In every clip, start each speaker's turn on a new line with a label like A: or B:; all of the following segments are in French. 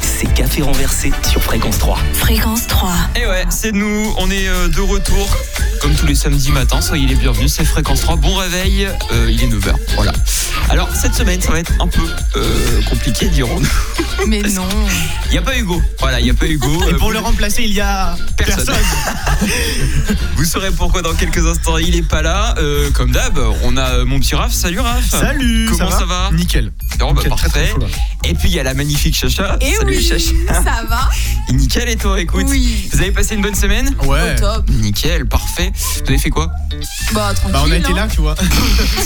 A: c'est Café Renversé sur Fréquence 3.
B: Fréquence 3.
C: Et Eh ouais, c'est nous, on est euh, de retour. Comme tous les samedis matins, soyez les bienvenus, c'est Fréquence 3. Bon réveil, euh, il est 9h. Voilà. Alors, cette semaine, ça va être un peu euh, compliqué, dirons-nous.
B: Mais non.
C: Il n'y a pas Hugo. Voilà, il n'y a pas Hugo.
D: Et
C: Euh,
D: pour
C: vous-
D: le remplacer, il y a
C: Personne.
D: personne.
C: Vous saurez pourquoi dans quelques instants, il n'est pas là. Euh, comme d'hab, on a euh, mon petit Raph. Salut Raph.
D: Salut.
C: Comment ça va
D: Nickel.
C: Non, bah,
D: Nickel, très, très
C: parfait.
D: cool.
C: Et puis, il y a la magnifique Chacha.
B: Et
C: Salut
B: Eh oui,
C: Chacha.
B: ça va
C: Nickel, et toi, écoute
B: Oui,
C: Vous avez passé une bonne semaine
D: Ouais.
B: au top.
C: Nickel, parfait. Vous avez fait quoi
B: Bah, tranquille.
D: Bah on a été
B: hein.
D: là, tu vois.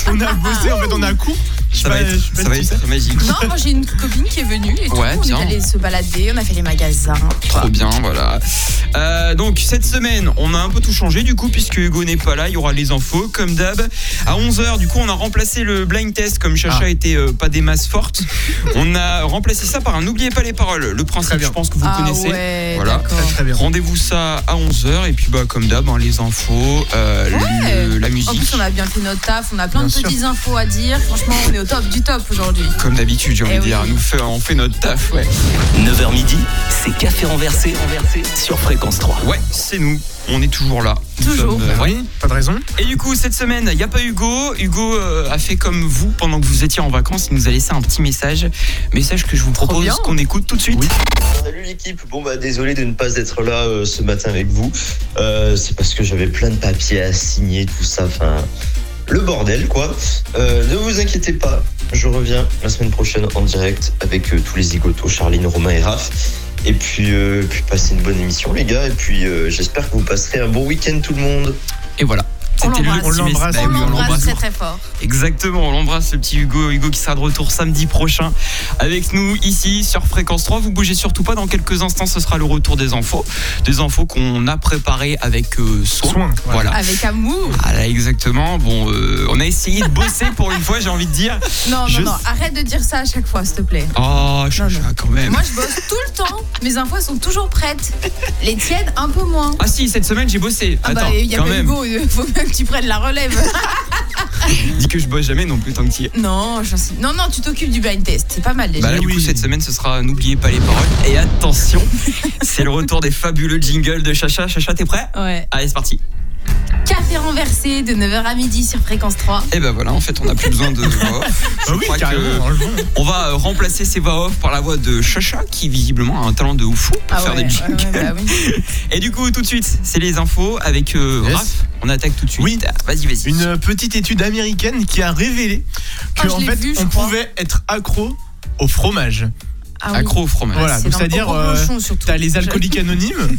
D: on a bossé, en fait, on a un coup. Je sais
C: Ça va
D: pas-
C: être,
D: je sais pas
C: ça va
D: si tu
C: être très magique.
B: Non, moi j'ai une copine qui est venue et tout.
C: Ouais,
B: on
C: tiens.
B: est allé se balader, on a fait les magasins.
C: Trop bien, voilà. Euh, donc cette semaine, on a un peu tout changé du coup, puisque Hugo n'est pas là, il y aura les infos comme d'hab. À 11h, du coup, on a remplacé le blind test, comme Chacha
D: Ah.
C: était euh, pas des masses fortes. on a remplacé ça par un N'oubliez pas les paroles. Le
D: Très
C: principe,
D: bien.
C: je pense que vous
B: ah
C: connaissez.
B: ouais,
C: Voilà.
B: d'accord.
D: Très, très bien.
C: Rendez-vous ça à 11h, et puis bah, comme d'hab, hein, les infos, euh,
B: Ouais.
C: le- la
B: En
C: musique.
B: plus, on a bien fait notre taf, on a plein
D: Bien
B: de
D: sûr.
B: petites infos à dire. Franchement, on est au top du top aujourd'hui.
C: Comme d'habitude, j'ai envie
B: Eh
C: de dire,
B: oui.
C: nous fait, on fait notre taf, ouais.
A: 9h midi, c'est Café Renversé sur Fréquence 3.
C: Ouais, c'est nous, on est toujours là. Nous
B: Toujours.
C: sommes, euh,
D: Bah
C: ouais.
D: oui, pas de raison.
C: Et du coup, cette semaine, il n'y a pas Hugo. Hugo euh, a fait comme vous pendant que vous étiez en vacances. Il nous a laissé un petit message. Message que je vous propose
B: bien.
C: qu'on écoute tout de suite.
D: Oui.
E: Salut l'équipe, bon bah désolé de ne pas être là euh, ce matin avec vous. Euh, c'est parce que j'avais plein de papiers à signer, tout ça, enfin le bordel quoi. Euh, ne vous inquiétez pas, je reviens la semaine prochaine en direct avec euh, tous les zigotos, Charline, Romain et Raph. Et puis, euh, puis passez une bonne émission les gars, et puis euh, j'espère que vous passerez un bon week-end tout le monde.
C: Et voilà.
B: On
C: C'était
B: l'embrasse.
C: le petit
D: On l'embrasse.
B: on
C: message.
D: Bah
C: Oui, Ah, on
B: l'embrasse
C: l'embrasse.
B: très très fort.
C: Exactement, on l'embrasse le petit Hugo. Hugo qui sera de retour samedi prochain avec nous ici sur Fréquence 3. Vous bougez surtout pas, dans quelques instants ce sera le retour des infos. Des infos qu'on a préparées avec euh, soin.
D: Soin. ouais.
C: Voilà.
B: Avec amour.
C: Ah là, exactement. Bon, euh, on a essayé de bosser pour une fois, j'ai envie de dire.
B: Non,
C: Je-
B: non, non, arrête de dire ça à chaque fois, s'il te plaît.
C: Oh, Chacha, quand même.
B: Moi, je bosse tout le temps. Mes infos sont toujours prêtes. Les tiennes, un peu moins.
C: Ah si, cette semaine j'ai bossé.
B: Ah
C: Attends,
B: bah, il y a
C: quand
B: pas
C: même.
B: Hugo, il faut bien que tu prennes la relève.
C: Dis que je bosse jamais non plus tant que t'y es.
B: non, j'en sais- non, non, tu t'occupes du blind test. C'est pas mal déjà.
C: Bah là, du
D: Eh oui.
C: coup, cette semaine, ce sera N'oubliez pas les paroles. Et attention, c'est le retour des fabuleux jingles de Chacha. Chacha, t'es prêt
B: Ouais.
C: Allez, c'est parti.
B: Café renversé de 9h à midi sur fréquence 3.
C: Et ben voilà, en fait, on n'a plus besoin de voix off.
D: Bah oui,
C: crois que-
D: carrément, enlevons.
C: On va euh, remplacer ces voix off par la voix de Chacha, qui visiblement a un talent de ouf pour
B: Ah
C: faire des jingles.
B: bah oui.
C: Et du coup, tout de suite, c'est les infos avec euh,
D: Yes.
C: Raph. On attaque tout de suite.
D: Oui.
C: Ah, Vas-y, vas-y.
D: Une euh, petite étude américaine qui a révélé
B: Ah,
D: que
B: je
D: en
B: l'ai
D: fait,
B: vu, je
D: on
B: crois.
D: pouvait être accro au fromage.
B: Ah oui.
C: Accro au fromage.
D: Voilà,
B: C'est
D: donc
B: dans le
D: c'est-à-dire,
B: bonbon
D: euh,
B: blanchon, surtout.
D: T'as les alcooliques anonymes,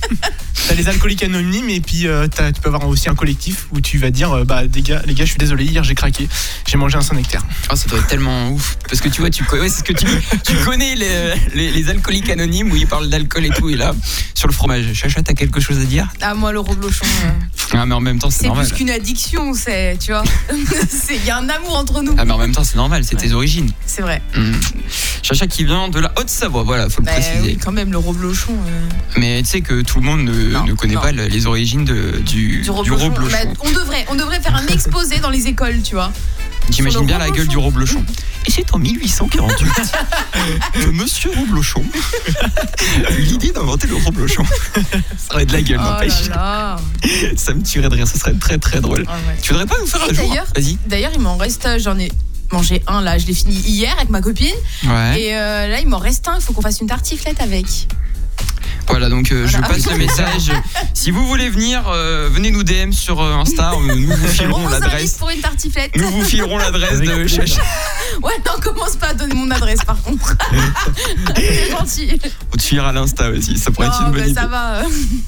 D: t'as les alcooliques anonymes et puis euh, t'as- tu peux avoir aussi un collectif où tu vas dire euh, bah des gars, les gars, je suis désolé, hier j'ai craqué, j'ai mangé un Saint-Nectaire.
C: Ah, ça doit être tellement ouf. Parce que tu vois, tu, co- ouais, c'est ce que tu, tu connais les, les- les alcooliques anonymes où ils parlent d'alcool et tout. Et là, sur le fromage, Chacha, t'as quelque chose à dire
B: Ah, moi, le reblochon, euh,
C: Ah, mais en même temps, c'est
B: c'est
C: normal.
B: plus qu'une addiction, c'est, tu vois. C'est- Il y a un amour entre nous.
C: Ah, mais en même temps, c'est normal, c'est tes origines.
B: C'est vrai.
C: Hmm. Chacha qui vient de la Haute-Savoie, voilà, faut le
B: Bah
C: préciser.
B: oui, quand même, le reblochon. euh,
C: Mais tu sais que tout le monde ne,
B: Non,
C: ne connaît
B: non.
C: pas le- les origines de- du,
B: du
C: du
B: reblochon.
C: reblochon.
B: Bah, on, devrait, on devrait faire un exposé dans les écoles, tu vois. sur
C: J'imagine
B: le
C: bien la gueule du reblochon. Et c'est en 1848 que Monsieur Reblochon a eu l'idée d'inventer le reblochon. Ça aurait de la gueule,
B: oh là
C: n'empêche.
B: là.
C: Ça me tuerait de rire, ça serait très très drôle.
B: Ah ouais.
C: Tu voudrais pas nous faire
B: Et
C: un jour
B: d'ailleurs-
C: Vas-y.
B: D'ailleurs, il m'en reste, j'en ai mangé un là, je l'ai fini hier avec ma copine.
C: Ouais.
B: Et euh, là, il m'en reste un, il faut qu'on fasse une tartiflette avec.
C: Voilà, donc euh, je
B: Voilà.
C: passe le message. si vous voulez venir, euh, venez nous DM sur euh, Insta. euh, Nous vous
B: On
C: filerons
B: vous invite
C: l'adresse.
B: pour une tartiflette.
C: Nous vous filerons l'adresse
D: Avec
C: de
D: plaisir.
C: Chacha.
B: Ouais, non, commence pas à donner mon adresse par contre. C'est gentil.
C: On te filera l'Insta aussi, ça pourrait être
B: Non,
C: une bonne
B: bah,
C: idée.
B: ça va. euh,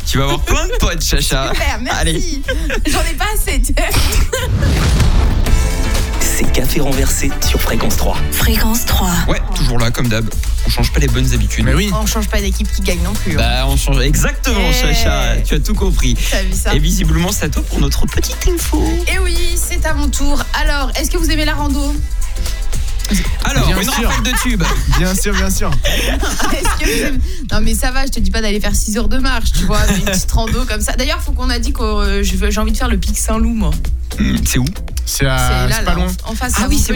C: Tu vas avoir plein de potes, Chacha.
B: Super, merci.
C: Allez.
B: J'en ai pas assez. tu sais.
A: C'est Café Renversé sur Fréquence 3.
F: Fréquence 3.
C: Ouais, toujours là, comme d'hab. On change pas les bonnes habitudes.
D: Mais oui.
B: On change pas d'équipe qui gagne non plus. hein.
C: Bah, on change. Exactement,
B: Eh.
C: Chacha. Tu as tout compris.
B: T'as vu ça
C: Bah, Et visiblement, c'est à toi pour notre petite info.
B: Et Eh oui, c'est à mon tour. Alors, est-ce que vous aimez la rando
C: Alors,
D: Bien
C: une
D: sûr.
C: rafale de tube.
D: Bien sûr, bien sûr.
B: Est-ce que vous aimez- Non mais ça va, je te dis pas d'aller faire 6 heures de marche, tu vois, mais une petite rando comme ça. D'ailleurs, faut qu'on a dit que euh, je veux- j'ai envie de faire le pic Saint-Loup, moi.
C: Hmm, C'est où
D: C'est
B: C'est
D: à-
B: là,
D: Bah, c'est pas
B: là,
D: loin.
C: Ah
B: en, en face. à Montpellier.
D: C'est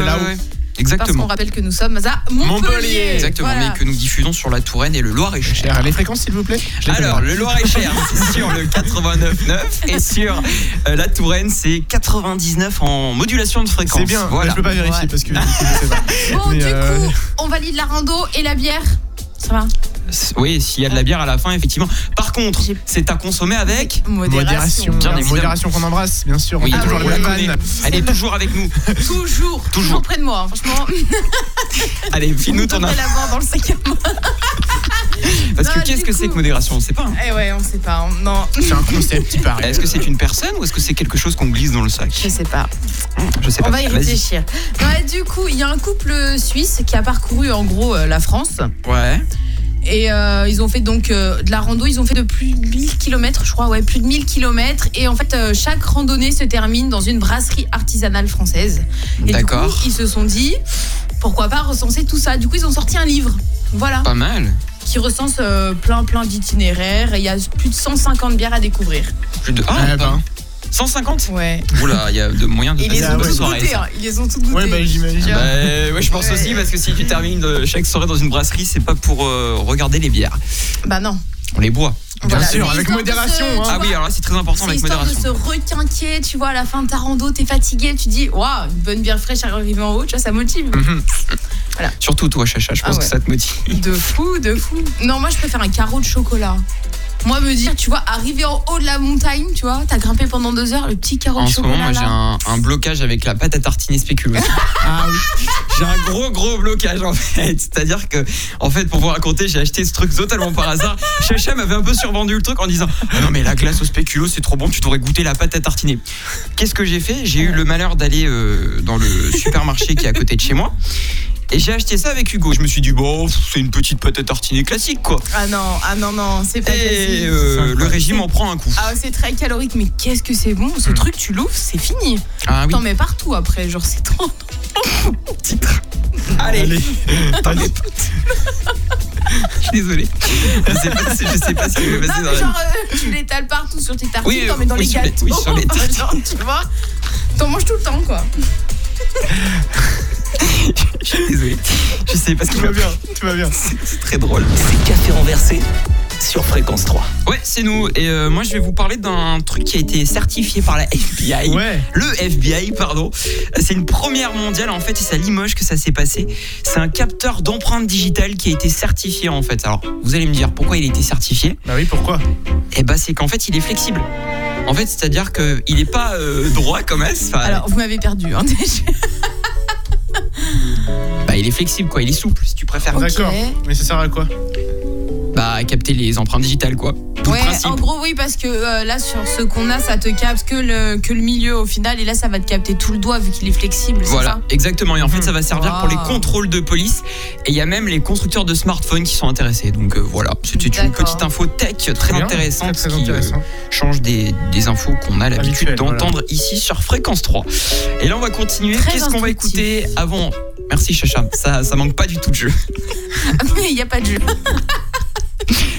D: là où-
B: Parce qu'on
C: Exactement.
B: rappelle que nous sommes à Montpellier.
D: Montpellier,
C: Exactement,
B: Voilà.
C: mais que nous diffusons sur la Touraine et le Loir-et-Cher.
D: Cher, les fréquences, s'il vous plaît Je les connais
C: Alors,
D: pas.
C: le Loir-et-Cher, c'est sur le 89.9 et sur euh, la Touraine, c'est 99 en modulation de fréquence.
D: c'est bien, mais
C: Voilà.
D: je peux pas vérifier
B: Ouais.
D: parce que je sais pas.
B: Bon,
D: Mais,
B: du
D: euh,
B: coup, on valide la rando et la bière. Ça va
C: S- Oui, s'il y a de la bière à la fin, effectivement. Par contre,
B: J'ai-
C: c'est à consommer avec.
D: Modération,
C: Bien
D: la
C: évidemment.
D: modération qu'on embrasse, bien sûr.
C: Oui,
D: on fait toujours
C: on
D: la
C: la
D: même
C: connaît.
D: vanne.
C: Elle est toujours avec nous.
B: Toujours, toujours
C: Toujours.
B: près de moi, hein, franchement.
C: Allez, file-nous
B: On
C: ton
B: met
C: avis.
B: la barre dans le sac à main.
C: Parce que
B: Non,
C: qu'est-ce
B: du
C: que c'est
B: coup-
C: que modération On sait pas. hein.
B: Eh ouais, on sait pas. on- Non,
D: C'est un concept qui paraît.
C: Est-ce que c'est une personne ou est-ce que c'est quelque chose qu'on glisse dans le sac
B: je sais pas.
C: Je sais pas.
B: On va y
C: Vas-y.
B: réfléchir. Non, et du coup, il y a un couple suisse qui a parcouru en gros euh, la France.
C: Ouais.
B: Et euh, ils ont fait donc euh, de la rando, ils ont fait de plus de 1000 km, je crois, ouais, plus de 1000 km. Et en fait, euh, chaque randonnée se termine dans une brasserie artisanale française. Et du
C: D'accord.
B: coup, ils se sont dit, pourquoi pas recenser tout ça Du coup, ils ont sorti un livre. Voilà,
D: Ah.
C: Pas mal.
B: qui recense euh, plein plein d'itinéraires. Et Il y a plus de 150 bières à découvrir.
C: Plus de. Ah,
D: Ah,
C: pas-
D: ben.
C: 150
B: Ouais.
C: Oula, il y a de moyens de
B: Ils les
C: passer
D: Ah
B: ont
C: une
D: ouais.
C: bonne
B: tous
C: soirée.
B: goûtés.
C: ça.
B: hein, Ils les ont tous goûtés.
D: Ouais, bah j'imagine.
C: Bah, ouais, je pense
B: Ouais.
C: aussi parce que si tu termines euh, chaque soirée dans une brasserie, c'est pas pour euh, regarder les bières.
B: Bah non.
C: On les boit.
D: Bien
B: Voilà,
D: sûr,
B: c'est
D: avec
B: histoire de se-
D: modération, hein.
B: tu
C: Ah
B: vois,
C: oui, alors là c'est très important
B: C'est
C: avec
B: histoire de
C: modération.
B: se requinquer, tu vois, à la fin de ta rando, t'es fatigué, tu dis, waouh, une bonne bière fraîche arrivée en haut, tu vois, ça motive.
C: Surtout toi, Chacha, je
B: Ah
C: pense
B: ouais.
C: que ça te motive.
B: De fou, de fou. Non, moi, je préfère un carreau de chocolat. Moi, me dire, tu vois, arriver en haut de la montagne, tu vois, t'as grimpé pendant deux heures, le petit carreau
C: En
B: de
C: ce
B: chocolat.
C: moment, moi j'ai
B: là.
C: un, un blocage avec la pâte à tartiner spéculoos.
D: Ah oui.
C: j'ai un gros gros blocage en fait. C'est-à-dire que, en fait, pour vous raconter, j'ai acheté ce truc totalement par hasard. Chacha m'avait un peu survendu le truc en disant Ah Non mais la glace au spéculoos c'est trop bon, tu devrais goûter la pâte à tartiner. Qu'est-ce que j'ai fait J'ai eu le malheur d'aller euh, dans le supermarché qui est à côté de chez moi. Et j'ai acheté ça avec Hugo. Je me suis dit, bon, pff, c'est une petite pâte à tartiner classique, quoi.
B: Ah non, ah non, non, c'est pas
C: Et
B: facile.
C: euh, le
D: incroyable.
C: régime en prend un coup.
B: Ah, c'est très calorique, mais qu'est-ce que c'est bon, ce truc, tu l'ouvres, c'est fini.
C: Ah Mm. oui.
B: T'en mets partout après, genre, c'est trop.
C: Allez.
D: Allez, t'en es-
C: Je suis désolé. Je sais pas, je sais pas ce qui m'est
B: Non,
C: passé dans
B: mais
C: la
B: genre, euh, tu l'étales partout sur tes tartines,
C: Oui,
B: t'en mets dans
C: oui,
B: les
C: sur les-
B: gâteaux.
C: oui, sur les tartines.
B: Genre, tu vois, t'en manges tout le temps, quoi.
C: Je suis désolé. Je sais pas ce qui
D: tout
C: m'a
D: va bien, tout va bien.
C: C'est très drôle.
A: C'est Café renversé sur fréquence 3.
C: Ouais, c'est nous. Et euh, moi, je vais vous parler d'un truc qui a été certifié par la FBI.
D: Ouais,
C: Le FBI, pardon. C'est une première mondiale. En fait, et c'est à Limoges que ça s'est passé. C'est un capteur d'empreintes digitales qui a été certifié, en fait. Alors, vous allez me dire pourquoi il a été certifié.
D: bah oui, pourquoi
C: Eh ben, c'est qu'en fait, il est flexible. En fait, c'est-à-dire qu'il n'est pas euh, droit comme S. Enfin,
B: Alors, vous m'avez perdu, hein, déjà.
C: bah, il est flexible, quoi. Il est souple, si tu préfères.
D: D'accord, mais ça sert à quoi
C: Bah, à capter les empreintes digitales, quoi. Tout
B: Ouais,
C: le principe.
B: en gros, oui, parce que euh, là, sur ce qu'on a, ça te capte que le, que le milieu au final, et là, ça va te capter tout le doigt vu qu'il est flexible. c'est
C: Voilà,
B: ça Hmm.
C: exactement. Et en fait, ça va servir pour les
B: Wow.
C: contrôles de police. Et il y a même les constructeurs de smartphones qui sont intéressés. Donc euh, voilà, c'était une
B: D'accord.
C: petite info tech très
D: Bien,
C: intéressante
D: Très, très
C: qui euh,
D: intéressant.
C: change des, des infos qu'on a l'habitude
D: Habituel, voilà.
C: d'entendre ici sur Fréquence 3. Et là, on va continuer.
B: Très
C: Qu'est-ce qu'on va
B: instructif.
C: écouter avant Merci Chacha, ça, ça manque pas du tout de jeu.
B: Mais il n'y a pas de jeu.